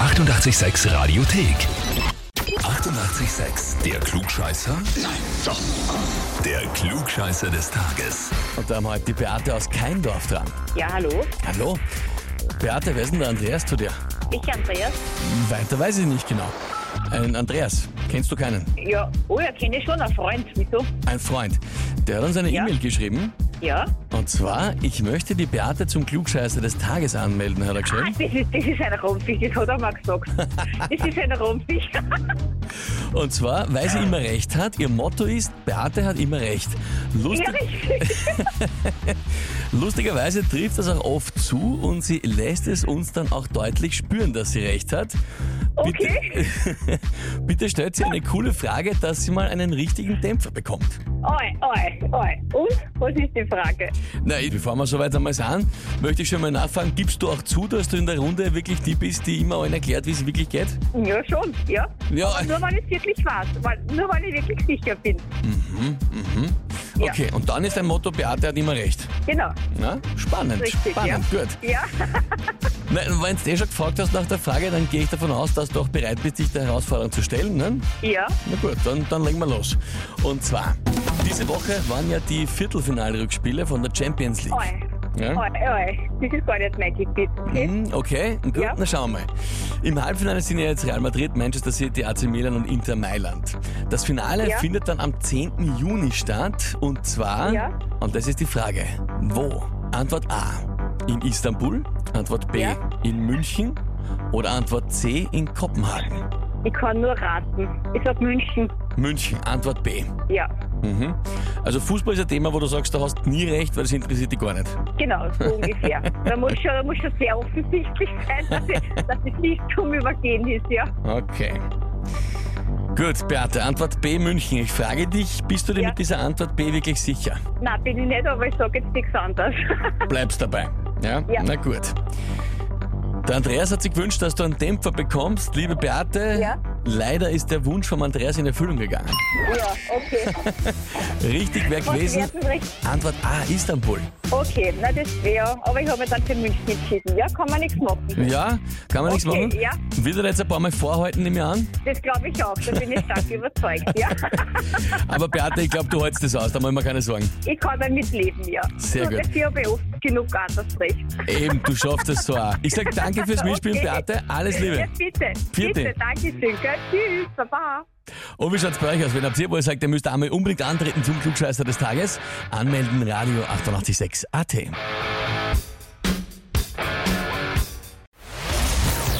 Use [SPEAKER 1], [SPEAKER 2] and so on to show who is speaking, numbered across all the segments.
[SPEAKER 1] 886 Radiothek. 88,6. Der Klugscheißer? Nein, doch. Der Klugscheißer des Tages.
[SPEAKER 2] Und da haben wir heute die Beate aus Keindorf dran.
[SPEAKER 3] Ja, hallo.
[SPEAKER 2] Hallo? Beate, wer ist denn der Andreas zu dir?
[SPEAKER 3] Ich Andreas.
[SPEAKER 2] Weiter weiß ich nicht genau. Ein Andreas, kennst du keinen?
[SPEAKER 3] Ja, oh ja, kenne ich schon, ein Freund. Wieso?
[SPEAKER 2] Ein Freund. Der hat uns eine
[SPEAKER 3] Ja.
[SPEAKER 2] E-Mail geschrieben.
[SPEAKER 3] Ja. Ah,
[SPEAKER 2] Und zwar, ich möchte die Beate zum Klugscheißer des Tages anmelden, hat er
[SPEAKER 3] Ah,
[SPEAKER 2] geschrieben.
[SPEAKER 3] das ist, das ist ein Rumpfig, das hat er mal gesagt. Das ist ein Rumpfig.
[SPEAKER 2] Und zwar, weil sie immer recht hat. Ihr Motto ist, Beate hat immer recht.
[SPEAKER 3] ja,
[SPEAKER 2] Lustig,
[SPEAKER 3] richtig.
[SPEAKER 2] lustigerweise trifft das auch oft zu und sie lässt es uns dann auch deutlich spüren, dass sie recht hat.
[SPEAKER 3] Okay.
[SPEAKER 2] Bitte, bitte stellt sie eine coole Frage, dass sie mal einen richtigen Dämpfer bekommt.
[SPEAKER 3] Oi, oi, oi. Und? Was ist die Frage?
[SPEAKER 2] Na, ich- bevor wir soweit einmal sind, möchte ich schon mal nachfragen, gibst du auch zu, dass du in der Runde wirklich die bist, die immer allen erklärt, wie es wirklich geht?
[SPEAKER 3] Ja, schon, ja.
[SPEAKER 2] Ja.
[SPEAKER 3] Aber nur weil es wirklich war. Weil, nur weil ich wirklich sicher bin. Ja.
[SPEAKER 2] Okay, und dann ist dein Motto, Beate hat immer recht.
[SPEAKER 3] Genau,
[SPEAKER 2] Na, spannend,
[SPEAKER 3] richtig,
[SPEAKER 2] spannend,
[SPEAKER 3] ja.
[SPEAKER 2] gut.
[SPEAKER 3] Ja,
[SPEAKER 2] Wenn du eh schon gefragt hast nach der Frage, dann gehe ich davon aus, dass du auch bereit bist, dich der Herausforderung zu stellen. Ne?
[SPEAKER 3] ja.
[SPEAKER 2] Na gut, dann, dann legen wir los. Und zwar, diese Woche waren ja die Viertelfinalrückspiele von der Champions League.
[SPEAKER 3] Oi.
[SPEAKER 2] Ja?
[SPEAKER 3] Oi, oi. Das ist gar nicht mein Gebiet. Okay?
[SPEAKER 2] Hm, Okay, gut,
[SPEAKER 3] Ja.
[SPEAKER 2] na schauen wir mal. Im Halbfinale sind ja jetzt Real Madrid, Manchester City, AC Milan und Inter Mailand. Das Finale
[SPEAKER 3] Ja.
[SPEAKER 2] findet dann am 10. Juni statt und zwar,
[SPEAKER 3] Ja.
[SPEAKER 2] und das ist die Frage, wo? Antwort A, in Istanbul, Antwort B,
[SPEAKER 3] Ja.
[SPEAKER 2] in München oder Antwort C, in Kopenhagen.
[SPEAKER 3] Ich kann nur raten. Ich sag München.
[SPEAKER 2] München, Antwort B.
[SPEAKER 3] Ja,
[SPEAKER 2] Mhm. Also Fußball ist ein Thema, wo du sagst, da hast du nie recht, weil es interessiert dich gar nicht.
[SPEAKER 3] genau, so ungefähr. Da muss schon, da muss schon sehr offensichtlich sein, dass, ich, dass es nicht zum Übergehen ist, ja.
[SPEAKER 2] Okay. Gut, Beate, Antwort B München. Ich frage dich, bist du dir
[SPEAKER 3] Ja.
[SPEAKER 2] mit dieser Antwort B wirklich sicher?
[SPEAKER 3] Nein, bin ich nicht, aber ich sage jetzt nichts anderes.
[SPEAKER 2] Bleibst dabei. Ja?
[SPEAKER 3] Ja.
[SPEAKER 2] Na gut. Der Andreas hat sich gewünscht, dass du einen Dämpfer bekommst. Liebe Beate,
[SPEAKER 3] Ja.
[SPEAKER 2] leider ist der Wunsch von Andreas in Erfüllung gegangen.
[SPEAKER 3] ja, okay.
[SPEAKER 2] Richtig wäre
[SPEAKER 3] Was
[SPEAKER 2] gewesen.
[SPEAKER 3] wär's denn recht?
[SPEAKER 2] Antwort A, Istanbul.
[SPEAKER 3] Okay, na das wäre, aber ich habe mich dann für München entschieden. Ja, kann man nichts machen.
[SPEAKER 2] Ja, kann man nichts
[SPEAKER 3] Okay,
[SPEAKER 2] machen?
[SPEAKER 3] ja.
[SPEAKER 2] Wird er jetzt ein paar Mal vorhalten, nehme ich an.
[SPEAKER 3] Das glaube ich auch, da bin ich stark überzeugt, ja.
[SPEAKER 2] Aber Beate, ich glaube, du hältst das aus, da machen wir keine Sorgen.
[SPEAKER 3] Ich kann damit leben, ja.
[SPEAKER 2] Sehr
[SPEAKER 3] Nur
[SPEAKER 2] gut.
[SPEAKER 3] Dafür habe ich oft genug anders recht.
[SPEAKER 2] Eben, du schaffst es so auch. Ich sage danke fürs Mitspielen,
[SPEAKER 3] Okay.
[SPEAKER 2] Beate. Alles Liebe.
[SPEAKER 3] Ja, bitte.
[SPEAKER 2] Vierte.
[SPEAKER 3] Bitte, danke schön. gell? Tschüss, baba.
[SPEAKER 2] Und wie schaut's bei euch aus? Wenn habt ihr, wo ihr sagt, ihr müsst einmal unbedingt antreten zum Klugscheißer des Tages, anmelden Radio 886 AT.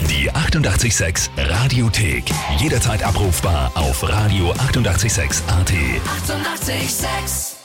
[SPEAKER 1] Die 88,6 Radiothek. Jederzeit abrufbar auf radio886.at. 88,6.
[SPEAKER 4] Eighty-eight, sex.